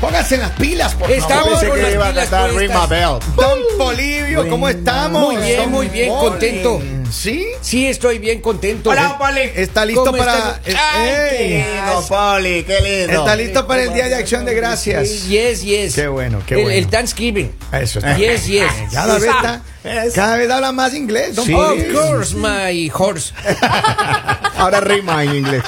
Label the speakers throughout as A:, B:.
A: pónganse las pilas, por
B: Ah. Estamos
A: favor.
B: Pensé que
A: con las
B: iba a
A: pilas
B: cantar Ring
A: puestas.
B: My Bell.
A: Don Polivio, ¿cómo estamos?
B: Muy bien,
A: Don
B: muy bien,
A: Poli.
B: contento.
A: ¿Sí?
B: Sí, estoy bien contento.
C: Hola, Poli.
A: ¿Está listo
B: ¿Cómo
A: para...?
B: están?
A: ¡Ey!
C: Lindo, Poli, qué lindo.
A: ¿Está listo para el Día de Acción de Gracias?
B: Yes, yes.
A: Qué bueno, qué
B: El-
A: bueno.
B: El, Thanksgiving.
A: Eso está
B: Yes, yes. Ah.
A: Cada vez, está- cada vez habla más inglés, Don
B: Sí. Of
A: Polivio.
B: course, my horse.
A: Ahora rima en inglés.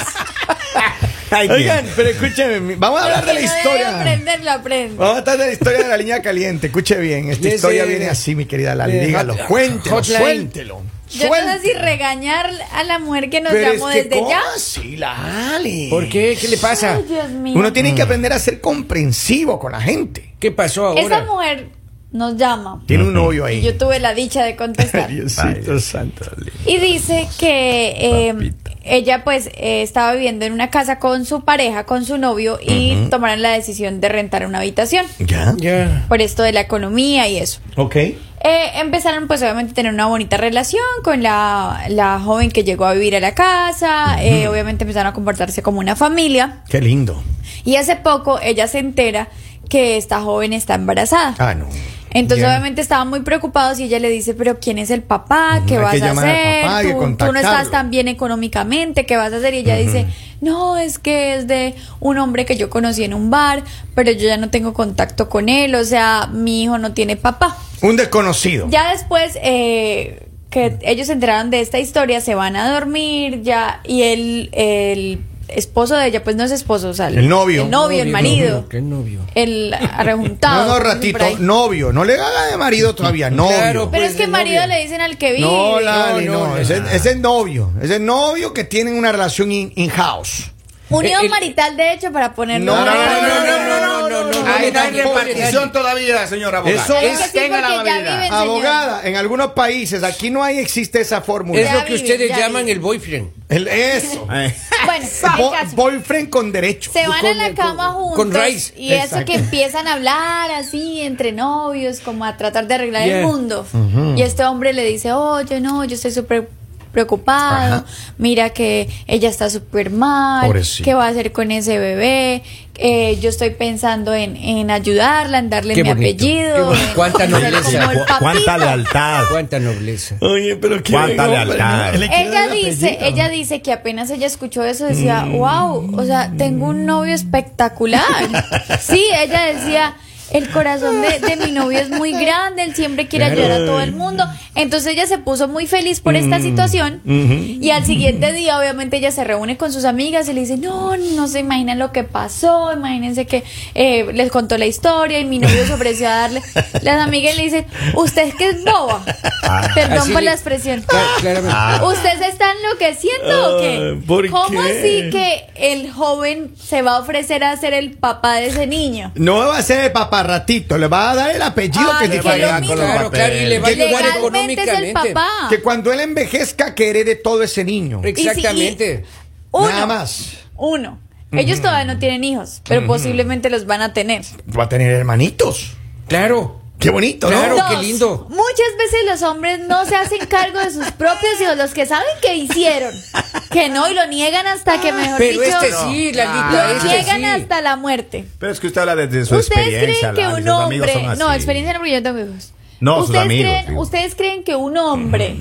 A: Oigan, pero escúcheme, mi- vamos a hablar de la
D: Que no debe
A: historia.
D: aprender, lo aprende.
A: Vamos a hablar de la historia de la línea caliente. Escuche bien, esta
B: Yes,
A: historia
B: eh,
A: viene así, mi querida Lali.
B: eh,
A: Dígalo,
B: hot-
A: cuéntelo,
B: hotline.
A: suéltelo.
D: Yo no sé si regañar a la mujer que nos llamó desde ya.
A: Sí, Lali.
B: ¿Por qué? ¿Qué le pasa?
D: Ay, Dios mío.
A: Uno tiene que aprender a ser comprensivo con la gente.
B: ¿Qué pasó ahora?
D: Esa mujer nos llama.
A: Tiene un novio
D: Y yo
A: ahí.
D: tuve la dicha de contestar.
A: Diosito santo.
D: Y dice que eh, ella pues eh, estaba viviendo en una casa con su pareja, con su novio, y tomaron la decisión de rentar una habitación.
A: ¿Ya?
B: Ya.
D: Por esto de la economía y eso.
A: Ok.
D: Eh, empezaron pues obviamente a tener una bonita relación con la, la joven que llegó a vivir a la casa, eh, obviamente empezaron a comportarse como una familia
A: Qué lindo.
D: y hace poco ella se entera que esta joven está embarazada.
A: Ah, no.
D: Entonces
A: Bien.
D: obviamente estaban muy preocupados y ella le dice, pero ¿quién es el papá? ¿Qué
A: Hay
D: vas
A: que
D: a
A: llamar al
D: hacer?
A: papá, hay que
D: Tú- tú, no
A: contactarlo".
D: estás tan bien económicamente, ¿qué vas a hacer? Y ella dice, no, es que es de un hombre que yo conocí en un bar, pero yo ya no tengo contacto con él, o sea, mi hijo no tiene papá.
A: Un desconocido.
D: Ya después eh, que ellos se enteraron de esta historia, se van a dormir ya y el, el esposo de ella, pues no es esposo, o sea,
A: El novio.
D: El novio, el marido.
B: ¿Qué novio?
D: El
A: No,
D: arrejuntado.
A: no,
D: por
A: ratito,
D: ahí.
A: novio. No le haga de marido todavía, novio.
B: Claro,
D: Pero
B: pues,
D: es que
B: el
D: marido
B: novio.
D: le dicen al que vive.
A: No, Lali,
B: no,
A: no,
B: no.
A: Ese, ese es novio. Ese es novio que tienen una relación in- in-house.
D: Unión
B: El- el-
D: marital, de hecho, para ponerlo.
A: No,
B: No,
D: en
B: no,
D: el-
B: no, no, no, no, no, no.
C: Ahí no hay
B: Dani, pobre
C: repartición
B: Dani.
C: todavía, señora abogada.
A: Eso
D: Es que sí,
C: Tenga la
D: porque ya
C: amabilidad.
D: viven,
A: Abogada, en algunos países, aquí no hay, existe esa fórmula.
B: Es
D: Ya
B: lo que
D: viven,
B: ustedes
D: ya
B: llaman
D: viven.
B: el boyfriend.
A: El- eso.
D: señor. Bueno,
A: Bo-
D: el caso.
A: boyfriend con derecho.
D: Se van a la
B: con-
D: cama
B: con-
D: juntos
B: con raíz.
D: y eso
A: Exacto.
D: que empiezan a hablar así entre novios, como a tratar de arreglar
B: Yeah.
D: el mundo. Y este hombre le dice, oye, no, yo estoy súper preocupado,
A: Ajá.
D: mira que ella está súper mal,
A: Pobrecito.
D: qué va a hacer con ese bebé, Eh, yo estoy pensando en, en ayudarla, en darle
B: Qué
D: mi
B: bonito. Qué
D: apellido,
B: bonito.
D: en-
B: Cuánta
D: en ser
B: nobleza.
D: como el
B: Cu-
E: cuánta
D: papito".
E: lealtad,
B: Cuánta nobleza.
A: Oye, pero qué
E: cuánta lealtad.
D: Ella dice, ella dice que apenas ella escuchó eso decía, wow, o sea, tengo un novio espectacular. sí, ella decía, el corazón de, de mi novio es muy grande, él siempre quiere ayudar a todo el mundo. Entonces ella se puso muy feliz por esta situación y al siguiente día obviamente ella se reúne con sus amigas y le dice, no, no se imaginan lo que pasó, imagínense que eh, les contó la historia y mi novio se ofreció a darle. Las amigas le dicen, usted es que es boba. Perdón
B: Así
D: por
B: le-
D: la expresión. Ah.
B: Cla- claramente.
A: Ah.
D: ¿Usted se está enloqueciendo o qué? ¿Cómo así que el joven se va a ofrecer a ser el papá de ese niño?
A: No va a ser el paparratito, le va a dar el apellido
D: Ay,
A: que
D: qué
A: diga
D: Ah, lo
A: ella.
D: mismo.
B: Claro, claro, y le va a ayudar
D: Legalmente es el
B: económicamente.
D: papá.
A: Que cuando él envejezca, que herede todo ese niño.
B: Ex-
D: Y si- y-
B: Exactamente.
D: uno,
A: Nada más.
D: Uno. Ellos todavía no tienen hijos, pero posiblemente los van a tener.
A: Va a tener hermanitos.
B: Claro.
A: Qué bonito,
B: Claro,
A: ¿no?
B: qué lindo.
D: Muchas veces los hombres no se hacen cargo de sus propios hijos, los que saben que hicieron, que no, y lo niegan hasta que, mejor
B: Pero
D: dicho,
B: este sí, Lalita,
D: lo
B: este
D: niegan
B: sí.
D: hasta la muerte.
E: Pero es que usted habla desde su
D: ¿Ustedes
E: experiencia.
D: creen que
E: la-
D: un
E: los amigos
D: hombre...
E: son así.
D: No, experiencia no, porque yo no tengo hijos.
E: No, sus
D: ¿Ustedes,
E: amigos,
D: creen,
E: digo.
D: ¿Ustedes creen que un hombre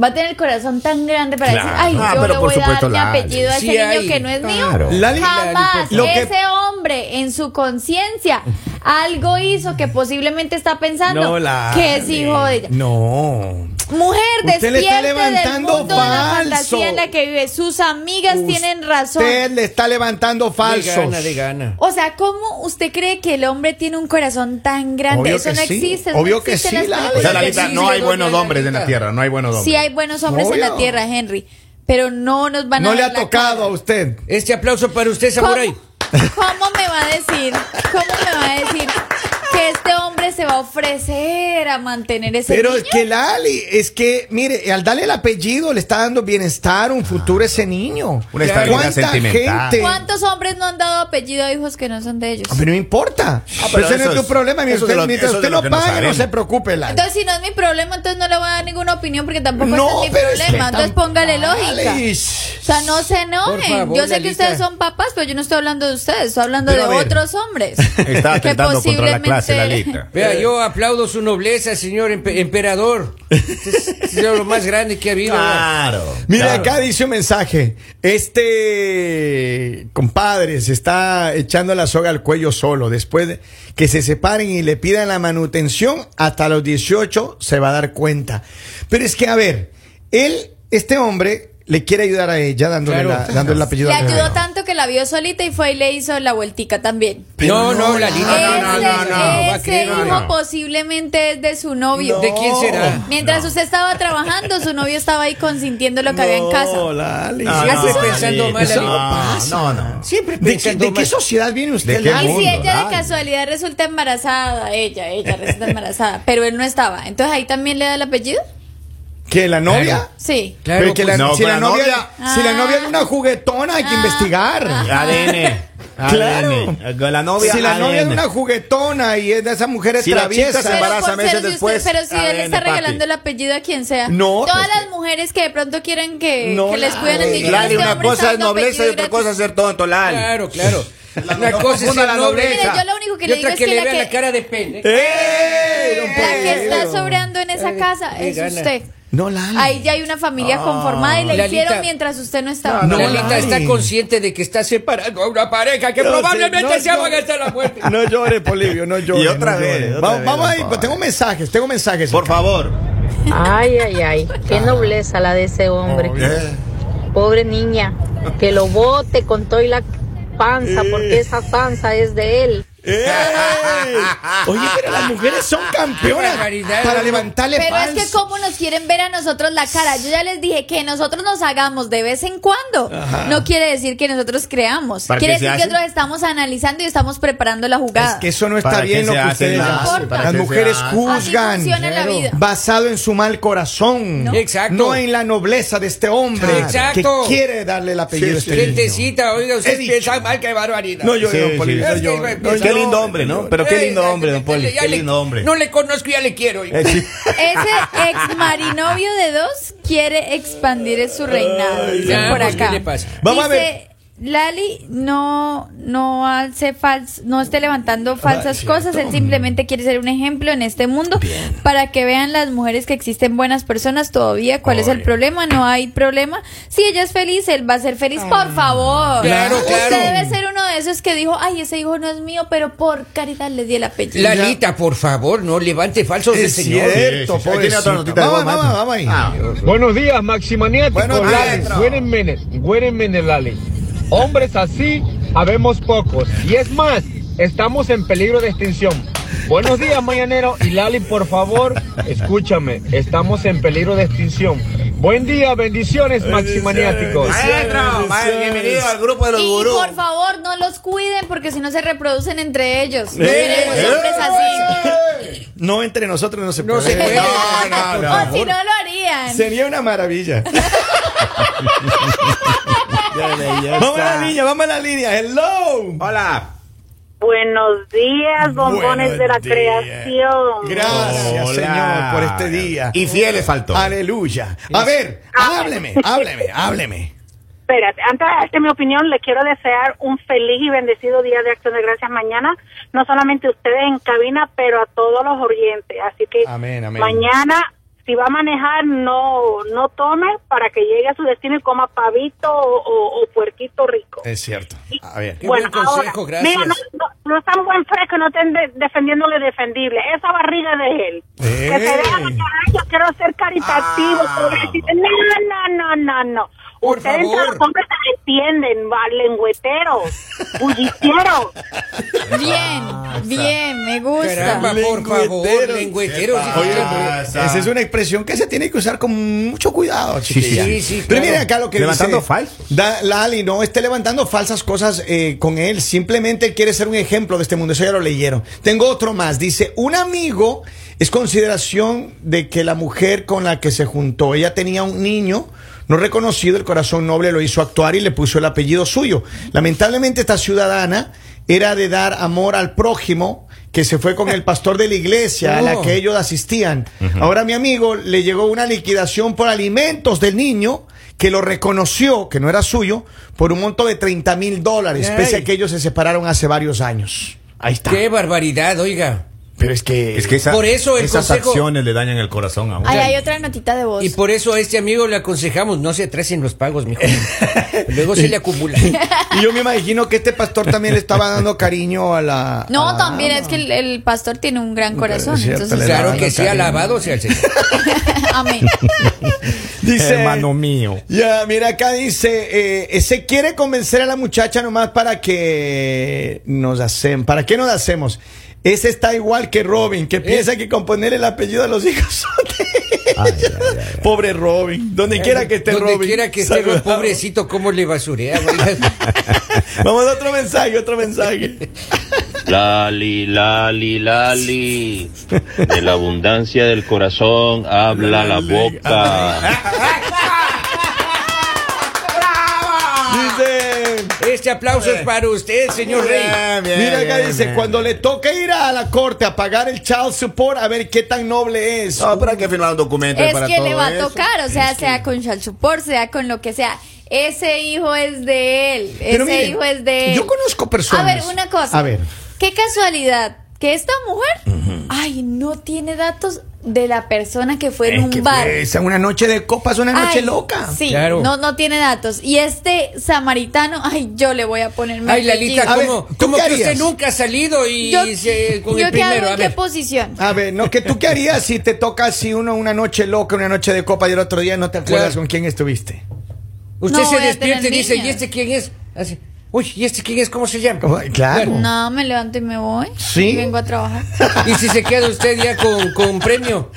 D: va a tener el corazón tan grande para
E: Claro.
D: decir, ay,
E: Ah,
D: yo
E: pero
D: le
E: por
D: voy a dar
E: supuesto,
D: mi
E: Lali.
D: apellido a ese
B: Sí
D: niño
B: hay.
D: que no es
E: Claro.
D: mío?
A: Lali,
D: Jamás.
A: Lali, por favor.
D: Ese hombre en su conciencia algo hizo que posiblemente está pensando
A: No, Lali.
D: que es hijo de ella.
A: No.
D: Mujer,
A: Usted le está
D: despierte del
A: levantando
D: mundo de la
A: falso.
D: fantasía en la que vive. Sus amigas tienen razón.
A: Usted le está levantando falsos.
B: De gana, de gana.
D: O sea, ¿cómo usted cree que el hombre tiene un corazón tan grande?
A: Obvio
D: Eso
A: que
D: no
A: sí.
D: existe. eso
A: Obvio
D: no existe
A: que
D: en
A: sí,
D: las
A: Lali.
D: películas
E: O sea,
D: de
E: Lalita,
D: Disney.
E: no hay
B: Lali,
E: buenos
B: Lali,
E: hombres en la
B: Lali.
E: tierra, no hay buenos hombres.
D: Sí hay buenos hombres en la
A: Obvio.
D: tierra, Henry, pero no nos van a
A: No le
D: dar
A: ha
D: la
A: tocado a usted.
B: Este aplauso para usted,
D: cara.
B: Samurai.
D: ¿Cómo, cómo me va a decir? ¿Cómo me va a decir que este hombre siempre se va a ofrecer a mantener ese
A: Pero
D: niño.
A: es que la Ali, es que, mire, al darle el apellido le está dando bienestar, un futuro a ese niño.
E: Una estabilidad sentimental.
D: ¿Cuántos hombres no han dado apellido a hijos que no son de ellos?
A: Ah, Pero no importa.
E: Ah, pero
A: ese
E: eso
A: no es tu
E: es-
A: problema. Mientras
E: eso es de
A: usted,
E: lo-
A: mientras
E: eso es
A: usted
E: de lo
A: no
E: que no
A: pague, no,
E: sabemos.
A: se preocupe. Lali.
D: Entonces, si no es mi problema, entonces no le voy a dar ninguna opinión porque tampoco
A: No,
D: es mi
A: pero es que
D: problema. entonces
A: tampoco-
D: póngale lógica.
A: Lali.
D: O sea, no se enojen.
B: Por favor,
D: yo sé que
B: Lalita.
D: ustedes son papás, pero yo no estoy hablando de ustedes, estoy hablando
E: Pero a
D: de
E: ver,
D: otros hombres.
E: Está
D: que
E: atentando contra la
D: posiblemente-
E: clase, Lalita.
B: Vea, yo aplaudo su nobleza, señor empe- emperador. Este Es, es lo más grande que ha habido.
E: Claro.
A: Mira,
E: claro.
A: acá dice un mensaje. Este compadre se está echando la soga al cuello solo. Después de que se separen y le pidan la manutención, hasta los 18 se va a dar cuenta. Pero es que, a ver, él, este hombre, le quiere ayudar a ella dándole,
B: Claro.
A: la- dándole el apellido.
D: Le
A: al
D: ayudó
A: bebé.
D: tanto que la vio solita y fue y le hizo la vueltica también.
B: No, no, Lalita. No,
D: ese
B: no, no, no. no, va a
D: ese
B: creer, no,
D: hijo
B: no.
D: posiblemente es de su novio.
B: ¿De quién será?
D: Mientras usted estaba trabajando, su novio estaba ahí consintiendo lo que había en casa.
A: Ah, No, Lali.
E: No,
B: Siempre
E: no,
B: pensando
E: Lalita,
B: mal,
E: eso
B: Lalita.
E: no pasa. No, no.
B: Siempre
A: ¿De, qué,
B: pensando
A: de qué
B: mal.
A: sociedad viene usted,
E: ¿De qué
A: Lali?
D: Y si
E: mundo,
D: ella de
E: dale.
D: casualidad resulta embarazada, ella, ella resulta embarazada, pero él no estaba, entonces ahí también le da el apellido.
A: ¿Que la novia?
B: Claro.
D: Sí.
B: Claro,
A: Pero que
B: pues,
A: la-
E: no,
A: si, la
E: para
A: novia,
D: novia.
A: si la
D: Ah.
A: novia era una juguetona, hay que
D: Ah.
A: investigar.
E: ADN.
A: Claro.
E: ADN. La novia.
A: si la
E: ADN.
A: novia es una juguetona y es de esas mujeres
E: Si la chica
A: traviesas.
E: se embaraza
D: por ser
E: meses
D: de
E: después,
D: pero si él
E: ADN,
D: está regalando
E: papi.
D: el apellido a quien sea.
A: No, es
D: Todas las mujeres que de pronto quieren que,
A: No,
D: que les cuiden el
A: Lali,
D: niño.
E: Lali,
D: este
E: una
D: hombre está
E: cosa es
D: dando
E: nobleza y
D: apellido
E: otra
D: gratis.
E: cosa es ser tonto, Lali.
B: Claro, claro. Una
E: no
B: cosa es
E: confunda
B: ser
E: la
B: noble
E: nobleza.
D: Mire, yo lo único que
B: y
D: le
B: otra
D: digo es
B: que,
D: que
B: le
D: la
B: vea
D: que-
B: la cara de
A: Eh,
B: pendejo.
A: ¡Ey, don
D: La que está
A: Pedro!
D: sobrando en esa
B: Ay,
D: casa
B: qué
D: es
B: gana.
D: usted.
A: No, Lali.
D: Ahí ya hay una familia
E: Ah.
D: conformada y la
B: Lalita.
D: hicieron mientras usted no estaba.
A: No,
B: Lalita
A: Lali.
B: está consciente de que está separando a una pareja que
A: No,
B: probablemente
A: sí, no,
B: se van
A: no.
B: a gastar la muerte.
A: No llores, Polivio, no llores.
E: Y otra
A: no
E: vez,
A: llores.
E: otra
A: vamos,
E: vez,
A: vamos
E: don
A: ahí, pues,
E: Pablo.
A: tengo mensajes, tengo mensajes.
E: Por favor.
F: Ay, ay, ay, qué nobleza la de ese hombre.
A: Eh.
F: Pobre niña, que lo bote con toda la panza, porque esa panza es de él.
A: ¡Ey! Oye, pero las mujeres son campeonas
B: Qué barbaridad,
A: para
B: ¿no?
A: levantarle
D: Pero es que
A: falso.
D: como nos quieren ver a nosotros la cara. Yo ya les dije que nosotros nos hagamos de vez en cuando. No quiere decir que nosotros creamos.
E: ¿Para
D: Quiere
E: qué se
D: decir que
E: hacen?
D: nosotros estamos analizando y estamos preparando la jugada.
A: Es que eso no está
E: ¿Para qué
A: bien
E: se
A: lo que
E: hacen
A: ustedes
E: las-
A: hacen.
D: para
A: Las
E: qué se
A: mujeres
E: hacen?
A: juzgan.
D: Así funciona la
B: claro.
D: vida.
A: basado en su mal corazón.
B: No. Exacto.
A: No en la nobleza de este hombre
B: Exacto.
A: que quiere darle el apellido
E: Sí,
A: a
E: sí.
A: este niño.
B: Gentecita, oiga, usted
A: He dicho.
B: piensa mal, qué barbaridad.
A: No, yo
E: Sí,
A: don Poli,
E: sí,
A: no
E: sí.
A: lloro,
B: Qué
A: no lloro.
E: Qué lindo hombre, ¿no? Pero qué
B: Ey,
E: lindo
B: ya,
E: hombre,
B: ya,
E: don Poli.
B: ya
E: Qué
B: le-
E: lindo hombre.
B: No le conozco, ya le quiero.
A: Eh,
B: oiga.
D: Ese ex marinovio de dos quiere expandir su reinado. dicen
B: ya,
D: por
B: pues,
D: acá.
B: ¿qué le pasa?
A: Vamos a
D: Dice,
A: ver.
D: Lali no, no hace fals- no esté
B: Ah,
D: levantando falsas cosas, él simplemente quiere ser un ejemplo en este mundo para que vean las mujeres que existen buenas personas todavía, cuál es el problema, no hay problema. Si ella es feliz, él va a ser feliz, por favor.
B: Ah. Claro,
D: Usted
B: claro.
D: debe ser uno de esos que dijo, ay, ese hijo no es mío, pero por caridad le di el apellido.
B: Lalita, por favor, no levante falsos del
A: Es
B: señor.
A: cierto,
E: Sí, sí, sí. Ahí tiene
A: pobrecito.
E: otra notita de
A: Vamos,
E: Walmart.
A: vamos, vamos ahí.
E: Ah.
G: Buenos días, Maximaniáticos.
A: Buenos días.
G: Lali, Wait a minute, wait a minute, Lali. Hombres así habemos pocos. Y es más, estamos en peligro de extinción. Buenos días, Mañanero. Y Lali, por favor, escúchame. Estamos en peligro de extinción. Buen día, bendiciones, Maximaniáticos.
H: Maestro, maestro, bienvenido al grupo de los
D: Y
H: gurús.
D: por favor, no los cuiden porque si no se reproducen entre ellos. No
A: Eh,
D: queremos
A: eh,
D: hombres así.
E: eh,
A: No entre nosotros no se
B: No
A: puede.
B: se puede.
E: No, no,
D: O si no lo harían.
A: Sería una maravilla.
E: Ya, ya
A: vamos a
E: está.
A: la línea, vamos a la línea. Hello.
E: Hola.
I: Buenos días, bombones
A: Buenos
I: de la
A: días.
I: creación.
A: Gracias,
E: Hola.
A: Señor, por este día.
E: Y fiel les faltó.
A: Aleluya. A ver, hábleme, hábleme, hábleme.
I: Espérate, antes de darte mi opinión, le quiero desear un feliz y bendecido Día de Acción de Gracias mañana, no solamente a ustedes en cabina, pero a todos los oyentes. Así que
A: Amén, amén.
I: mañana, si va a manejar, no no tome para que llegue a su destino y coma pavito o, o- o puerquito rico.
A: Es cierto. A ver.
B: Qué buen consejo, gracias.
I: mira, no, no, no es tan buen fresco, no estén de- defendiendo lo defendible. Esa barriga de él. Que se vea,
A: Ey.
I: "Ay, yo quiero ser caritativo. pobrecito". No, no, no, no, no.
B: Ah. Por
I: Ustedes a
B: favor.
I: los hombres se les entienden, va, lengüeteros, bullicieros.
D: Bien, bien, me gusta.
B: Caramba, por favor,
A: Lengüeteros.
B: lengüeteros.
E: Epa.
B: Oye,
E: Ah, esa-
A: Esa es una expresión que se tiene que usar con mucho cuidado, chiquilla.
B: sí, sí,
A: Pero
B: claro.
A: miren acá lo que
E: Levantando
A: dice.
E: falsos.
A: Da- Lali, no esté levantando falsas cosas eh, con él. Simplemente él quiere ser un ejemplo de este mundo. Eso ya lo leyeron. Tengo otro más. Dice, un amigo es consideración de que la mujer con la que se juntó, ella tenía un niño. No reconocido, el corazón noble lo hizo actuar y le puso el apellido suyo. Lamentablemente esta ciudadana era de dar amor al prójimo que se fue con el pastor de la iglesia a la
B: No.
A: que ellos asistían. Ahora a mi amigo le llegó una liquidación por alimentos del niño que lo reconoció, que no era suyo, por un monto de 30 mil dólares,
J: Ey.
A: pese a que ellos se separaron hace varios años. Ahí está.
B: Qué barbaridad, oiga.
A: Pero es que...
E: Es que esa-
B: eh, Por eso el
E: esas
B: consejo-
E: acciones le dañan el corazón a uno.
D: Ahí hay otra notita de voz.
B: Y por eso a este amigo le aconsejamos, no se atrasen los pagos, mijo. Luego se le acumula.
A: Y yo me imagino que este pastor también le estaba dando cariño a la...
D: No,
A: a la-
D: también es que el, el pastor tiene un gran corazón.
A: Ah. es cierto,
D: entonces,
A: le da-
B: Claro que sí, alabado sea el Señor.
D: amén.
A: Dice,
E: Hermano mío.
A: Ya, mira, acá dice, eh, eh, se quiere convencer a la muchacha nomás para que nos hacemos. ¿Para qué nos hacemos? Ese está igual que Robin,
D: Eh.
A: que piensa que con poner el apellido a los hijos son de ella. Pobre Robin,
D: Eh,
A: donde quiera que esté
B: Donde
A: Robin.
B: quiera que esté,
A: saludamos.
B: pobrecito, cómo le basurea, oiga.
A: Vamos a otro mensaje, otro mensaje.
C: Lali, Lali, Lali. De la abundancia del corazón habla la boca.
D: Ah.
A: Dice,
B: Este aplauso es para usted,
E: Eh.
B: señor Rey.
D: Ah,
A: mira acá dice, cuando le toque ir a la corte a pagar el child support, a ver qué tan noble es.
E: No, pero hay que firmar un documento
D: Es
E: para
D: que
E: todo
D: le va a
E: eso.
D: tocar, o sea, sea con child support, sea con lo que sea. Ese hijo es de él. Ese
A: Pero miren,
D: hijo es de él.
A: yo conozco personas.
D: A ver, una cosa.
A: A ver.
D: Qué casualidad que esta mujer, ay, no tiene datos de la persona que fue
A: Eh,
D: en un bar.
A: Esa es pues, una noche de copas, una noche
D: Ay,
A: loca.
D: Sí,
B: Claro.
D: no, no tiene datos. Y este samaritano, ay, yo le voy a ponerme.
B: Ay, Lalita,
A: A ver,
B: como,
A: ¿tú
B: como
A: qué
B: que usted
A: harías?
B: nunca ha salido y
D: yo,
B: se- con
D: yo
B: el
D: qué hago,
B: primero. A
D: en qué
B: ver.
D: posición.
A: A ver, no, que tú qué harías si te toca así uno una noche loca, una noche de copa y el otro día no te acuerdas
B: Claro.
A: con quién estuviste?
B: Usted
D: No,
B: se
D: voy a
B: despierta y
D: tener
B: dice,
D: niños.
B: ¿y este quién es? Así, Uy, ¿y este quién es? ¿Cómo se llama?
A: Ay, claro.
D: No, me levanto y me voy.
A: Sí.
D: Y vengo a trabajar.
B: Y si se queda usted ya con, con premio,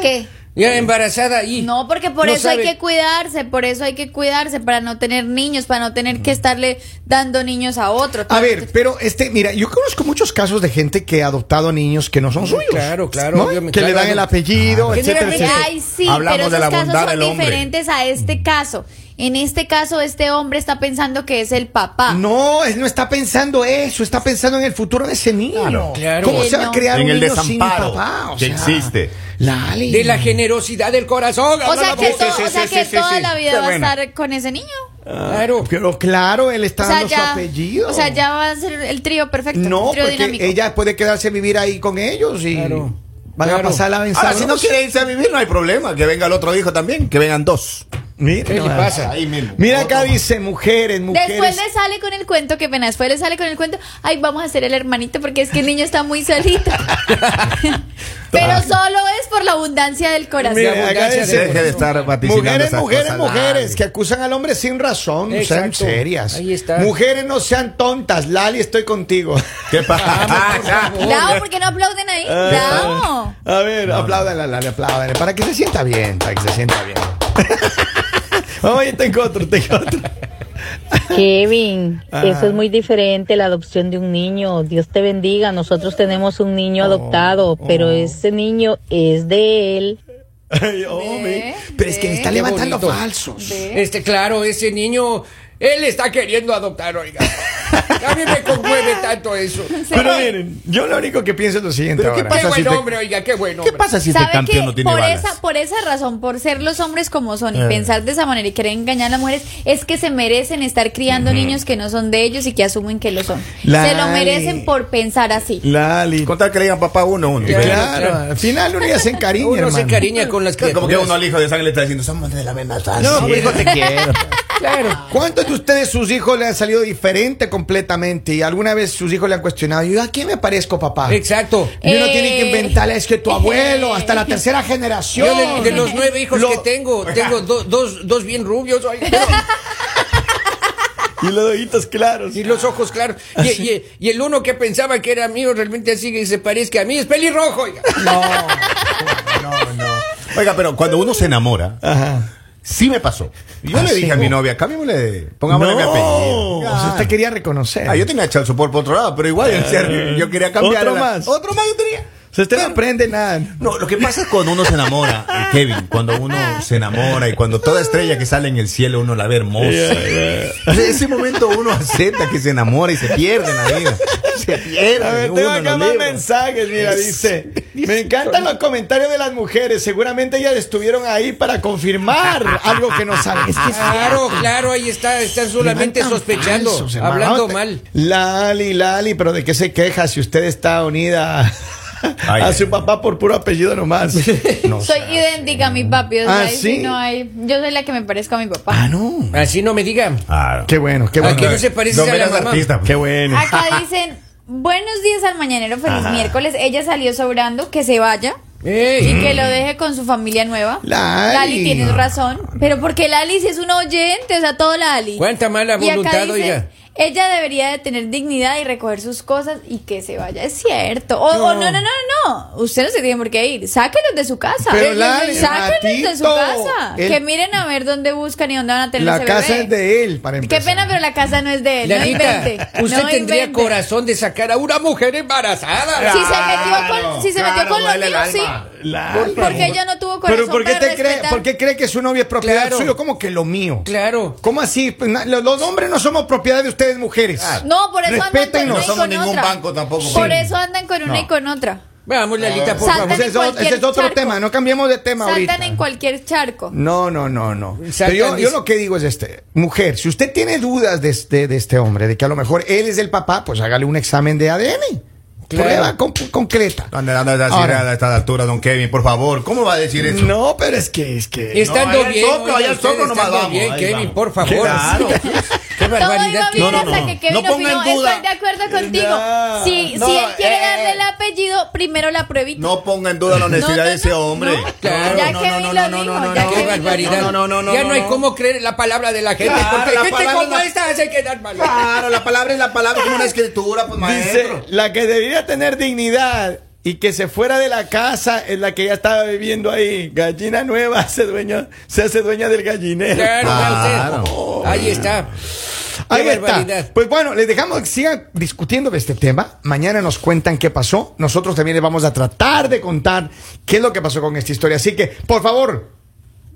D: ¿Qué?
B: ya embarazada y...
D: No, porque por
B: no
D: eso
B: sabe.
D: hay que cuidarse, por eso hay que cuidarse, para no tener niños, para no tener que estarle dando niños a otro.
A: A ver, pero este, mira, yo conozco muchos casos de gente que ha adoptado niños que
D: Mm,
A: no son suyos.
B: Claro, claro,
A: ¿no?
B: obviamente,
A: Que le
B: claro.
A: dan el apellido,
D: Ah,
E: Pues
A: etcétera,
B: Generalmente-
A: etcétera.
D: Ay, sí,
E: Hablamos
D: pero
E: de la
D: esos
E: bondad
D: casos son
E: del hombre. Mm.
D: diferentes a este caso. En este caso, este hombre está pensando que es el papá.
A: No, él no está pensando eso, está pensando en el futuro de ese niño.
B: claro.
A: ¿Cómo
D: Sí,
A: se va a
D: no.
A: crear
E: En
A: un
E: el
A: niño sin
E: desamparo
A: papá? O
E: que
A: sea,
E: existe.
A: Lali.
B: De la generosidad del corazón.
D: O
B: habla
D: sea
B: la
D: que,
B: voz.
D: to-
E: sí,
D: o sea
E: sí,
D: que
E: sí,
D: toda
E: sí.
D: la vida
E: Está
D: va a
E: buena.
D: estar con ese niño.
B: Claro.
A: Pero claro, él está
D: O sea,
A: dando su
D: ya,
A: apellido.
D: o sea, ya va a ser el trío perfecto.
A: No,
D: el trío
A: porque
D: dinámico.
A: ella puede quedarse a vivir ahí con ellos y
B: Claro,
A: van
B: claro.
A: a pasar la venganza.
E: Ahora, si no quiere irse a vivir, no hay problema. Que venga el otro hijo también. Que vengan dos.
B: ¿Qué le pasa?
E: Ahí mismo.
A: Mira
E: Otro
A: acá
E: más.
A: dice mujeres, mujeres.
D: Después le sale con el cuento, que pena, después le sale con el cuento, ay, vamos a hacer el hermanito porque es que el niño está muy solito. Pero solo es por la abundancia del corazón.
A: Mira,
B: La
A: acá
B: abundancia
A: dice,
B: del
E: Deje de estar vaticinando
A: Mujeres,
E: esas
A: mujeres,
E: cosas,
A: mujeres,
E: Lali.
A: que acusan al hombre sin razón, no sean
B: Exacto.
A: serias.
B: Ahí está.
A: Mujeres no sean tontas, Lali, estoy contigo.
E: ¿Qué pasa?
D: Lao, ¿por qué no aplauden ahí? Lao.
A: Ah. A ver, apláudale, Lali, apláudale, para que se sienta bien, para que se sienta bien. Oye, te encuentro, te encuentro.
F: Kevin,
A: Ah.
F: eso es muy diferente, la adopción de un niño. Dios te bendiga. Nosotros tenemos un niño adoptado, pero ese niño es de él.
A: Ay, hombre. Pero es que le está
B: Qué
A: levantando
B: bonito.
A: falsos.
B: Este, claro, ese niño, él está queriendo adoptar, oiga. A mí me conmueve tanto eso.
A: Pero miren, yo lo único que pienso es lo siguiente.
E: Pero ¿qué
A: ahora.
E: pasa
B: Qué
E: si
B: buen
E: te-
B: hombre, oiga, qué bueno.
E: ¿Qué pasa si este
D: ¿Sabe
E: campeón
D: qué?
E: no tiene
D: por,
E: balas? Eh.
D: esa, por esa razón, por ser los hombres como son y pensar de esa manera y querer engañar a las mujeres, es que se merecen estar criando niños que no son de ellos y que asumen que lo son. Se lo
A: Lali.
D: merecen por pensar así.
A: Lali.
E: Contar que le digan papá uno, uno.
B: Claro,
A: Claro,
B: claro.
A: al final uno ya se encariña,
B: Uno se
A: hermano.
B: cariña con las
E: Como
B: criaturas.
E: que uno al hijo de sangre le está diciendo, somos de la misma sangre.
B: No, pues,
E: te quiero.
B: Claro.
A: ¿Cuántos de ustedes sus hijos le han salido diferente completamente? ¿Y alguna vez sus hijos le han cuestionado? ¿Yo a quién me parezco, papá?
B: Exacto.
A: Y uno
D: Eh.
A: tiene que inventarle, es que tu abuelo, hasta la tercera generación.
B: Yo de, de los nueve hijos
A: Lo-
B: que tengo, tengo do- dos, dos bien rubios oiga,
J: Y los ojitos claros.
B: y los ojos claros. Y, y- y el uno que pensaba que era mío realmente así que se parezca a mí es pelirrojo. oiga.
E: Oiga, pero cuando uno se enamora, sí me pasó. Yo le dije a mi novia, cámbiamole, pongámosle mi apellido.
A: O sea, usted quería reconocer.
E: Ah, yo tenía echar por otro lado, pero igual, en serio, yo quería cambiar.
A: Otro
E: la-
A: más.
E: Ah. Otro más yo tenía.
A: O sea, usted no aprende nada.
E: No, lo que pasa es cuando uno se enamora, eh, Kevin, cuando uno se enamora y cuando toda estrella que sale en el cielo uno la ve hermosa. O sea, ese momento uno acepta que se enamora y se pierde en la vida. Se pierde.
A: A ver,
E: uno
A: tengo
E: en
A: acá
E: los
A: más
E: libros.
A: mensajes, mira, dice. Me encantan los comentarios de las mujeres. Seguramente ellas estuvieron ahí para confirmar algo que no saben. Es que es
B: Claro,
E: Ah.
B: claro, ahí está, están solamente
A: Levantan
B: sospechando,
A: falsos, hermano.
B: hablando
A: Te-
B: mal.
A: Lali, Lali, pero ¿de qué se queja si usted está unida a-
E: Ay,
A: a
E: ay,
A: su
E: ay.
A: papá por puro apellido nomás? No.
D: Soy idéntica a mi papi, o sea,
A: Ah,
D: ahí sí
A: ¿sí?
D: no hay. Yo soy la que me parezco a mi papá.
A: Ah, no.
B: Así no me digan.
E: Claro.
A: Qué bueno, qué
B: ¿A
A: bueno.
B: qué no se parece
E: Don
B: a la
E: Veras
B: mamá?
E: artista.
A: Qué bueno.
D: Acá dicen, buenos días al mañanero, feliz miércoles. Ella salió sobrando, que se vaya.
B: Ey,
D: Y que lo deje con su familia nueva.
A: Mm. Lali.
D: tienes razón. Pero porque Lali si es un oyente, o sea, todo Lali.
B: Cuánta mala
D: Y acá
B: voluntad,
D: dice,
B: oiga.
D: Ella debería de tener dignidad y recoger sus cosas y que se vaya. Es cierto. O o no, no, no, no, no. Usted no se tiene por qué ir. Sáquenos de su casa.
A: Pero
D: Eh,
A: Lali,
D: Sáquenos de su
A: ratito.
D: casa.
A: El-
D: Que miren a ver dónde buscan y dónde van a tener
A: La
D: ese
A: casa
D: bebé.
A: es de él, para
D: Qué
A: empezar.
D: pena, pero la casa no es de él. No
B: Larita,
D: invente.
B: usted
D: no
B: tendría
D: invente.
B: corazón de sacar a una mujer embarazada.
D: Si se metió con, si se metió con los
E: duele el
D: míos, sí.
E: alma.
A: Lali.
D: Porque ella no tuvo corazón
A: Pero ¿por qué,
D: para
A: te cree,
D: respetar.
A: por qué cree que su novia es propiedad
B: Claro.
A: suya? ¿Cómo que lo mío?
B: Claro.
A: ¿Cómo así? Pues, na- Los, los hombres no somos propiedad de ustedes, mujeres.
D: No, por eso andan con
A: Respétenlo.
D: una
E: No
D: y
E: somos
D: con
E: ningún
D: otra.
E: banco tampoco,
D: Por
E: Kevin.
D: eso andan con una y con otra.
B: Vamos, Lalita, por
D: Salta
B: favor.
A: Ese es,
D: en
A: o- ese es
D: cualquier
A: otro
D: charco.
A: tema, no cambiemos de tema ahorita.
D: Saltan en cualquier charco.
A: No, no, no, no. Pero
B: Sacan
A: yo, yo
B: dis-
A: lo que digo es este, mujer, si usted tiene dudas de este, de este hombre, de que a lo mejor él es el papá, pues hágale un examen de ADN.
B: Claro.
A: Prueba comp- concreta.
E: No, no, no, no, decir
A: Ahora.
E: a esta altura, don Kevin, por favor. ¿Cómo va a decir eso?
A: No, pero es que, es que.
B: Estando
E: No, ahí al
B: bien,
E: soplo, ahí al
B: ustedes
E: soplo nomás
B: estando
E: vamos,
B: bien,
E: ahí
B: Kevin,
E: vamos.
B: por favor.
E: Claro.
B: Qué
D: Todo iba
B: barbaridad. que-
D: bien
E: No, no,
D: hasta
E: no.
D: que Kevin
E: No ponga en
D: opinó,
E: duda.
D: Estoy de acuerdo contigo.
A: Ya.
D: Si,
A: No,
D: si él quiere
A: eh.
D: darle el apellido, primero la pruebita.
E: No ponga en duda la honestidad
D: No, no,
E: de ese
D: no,
E: hombre.
D: no.
B: Claro,
D: ya
E: no, no,
D: Kevin
E: no,
D: lo
E: no,
D: dijo.
E: no, no,
D: ya
E: no,
B: Qué
D: Kevin lo dijo.
B: barbaridad.
E: No, no, no, no,
B: ya no,
E: no,
B: hay
E: no.
B: cómo creer la palabra de la gente.
E: Claro,
B: porque
E: la
B: gente
E: palabra
B: como
E: la-
B: esta hace quedar mal.
E: Claro, la palabra es la palabra, es como una escritura, pues
A: Dice,
E: maestro.
A: la que debería tener dignidad y que se fuera de la casa es la que ya estaba viviendo ahí. Gallina nueva se, dueña, se hace dueña del gallinero.
B: Claro, vea usted.
E: Claro.
B: Ahí está. Qué
A: Ahí
B: barbaridad.
A: está. Pues bueno, les dejamos que sigan discutiendo de este tema. Mañana nos cuentan qué pasó. Nosotros también les vamos a tratar de contar qué es lo que pasó con esta historia. Así que, por favor,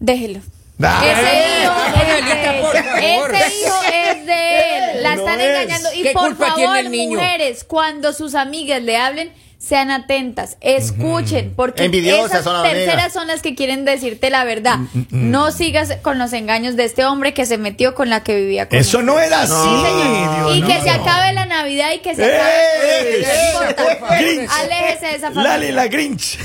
D: Déjelo.
A: da-
D: Ese hijo
B: Oiga,
D: es
B: Anita,
D: de
B: por
D: él.
B: favor.
D: Ese hijo es de él. La
A: No
D: están
A: es.
D: engañando. Y
B: ¿Qué
D: por
B: culpa
D: favor,
B: tiene el niño?
D: mujeres, cuando sus amigas le hablen, sean atentas, escuchen, porque
E: Envidiosas
D: esas
E: son las
D: terceras
E: amigas.
D: son las que quieren decirte la verdad. No sigas con los engaños de este hombre que se metió con la que vivía con
A: eso
D: él.
A: no era así.
D: Sí, señor.
A: Dios,
D: y
A: no.
D: que se acabe la Navidad y que se
A: ¡Eh!
D: acabe.
A: ¡Eh!
D: No importa.
A: Grinch.
D: Aléjese de esa familia.
A: Lali la Grinch.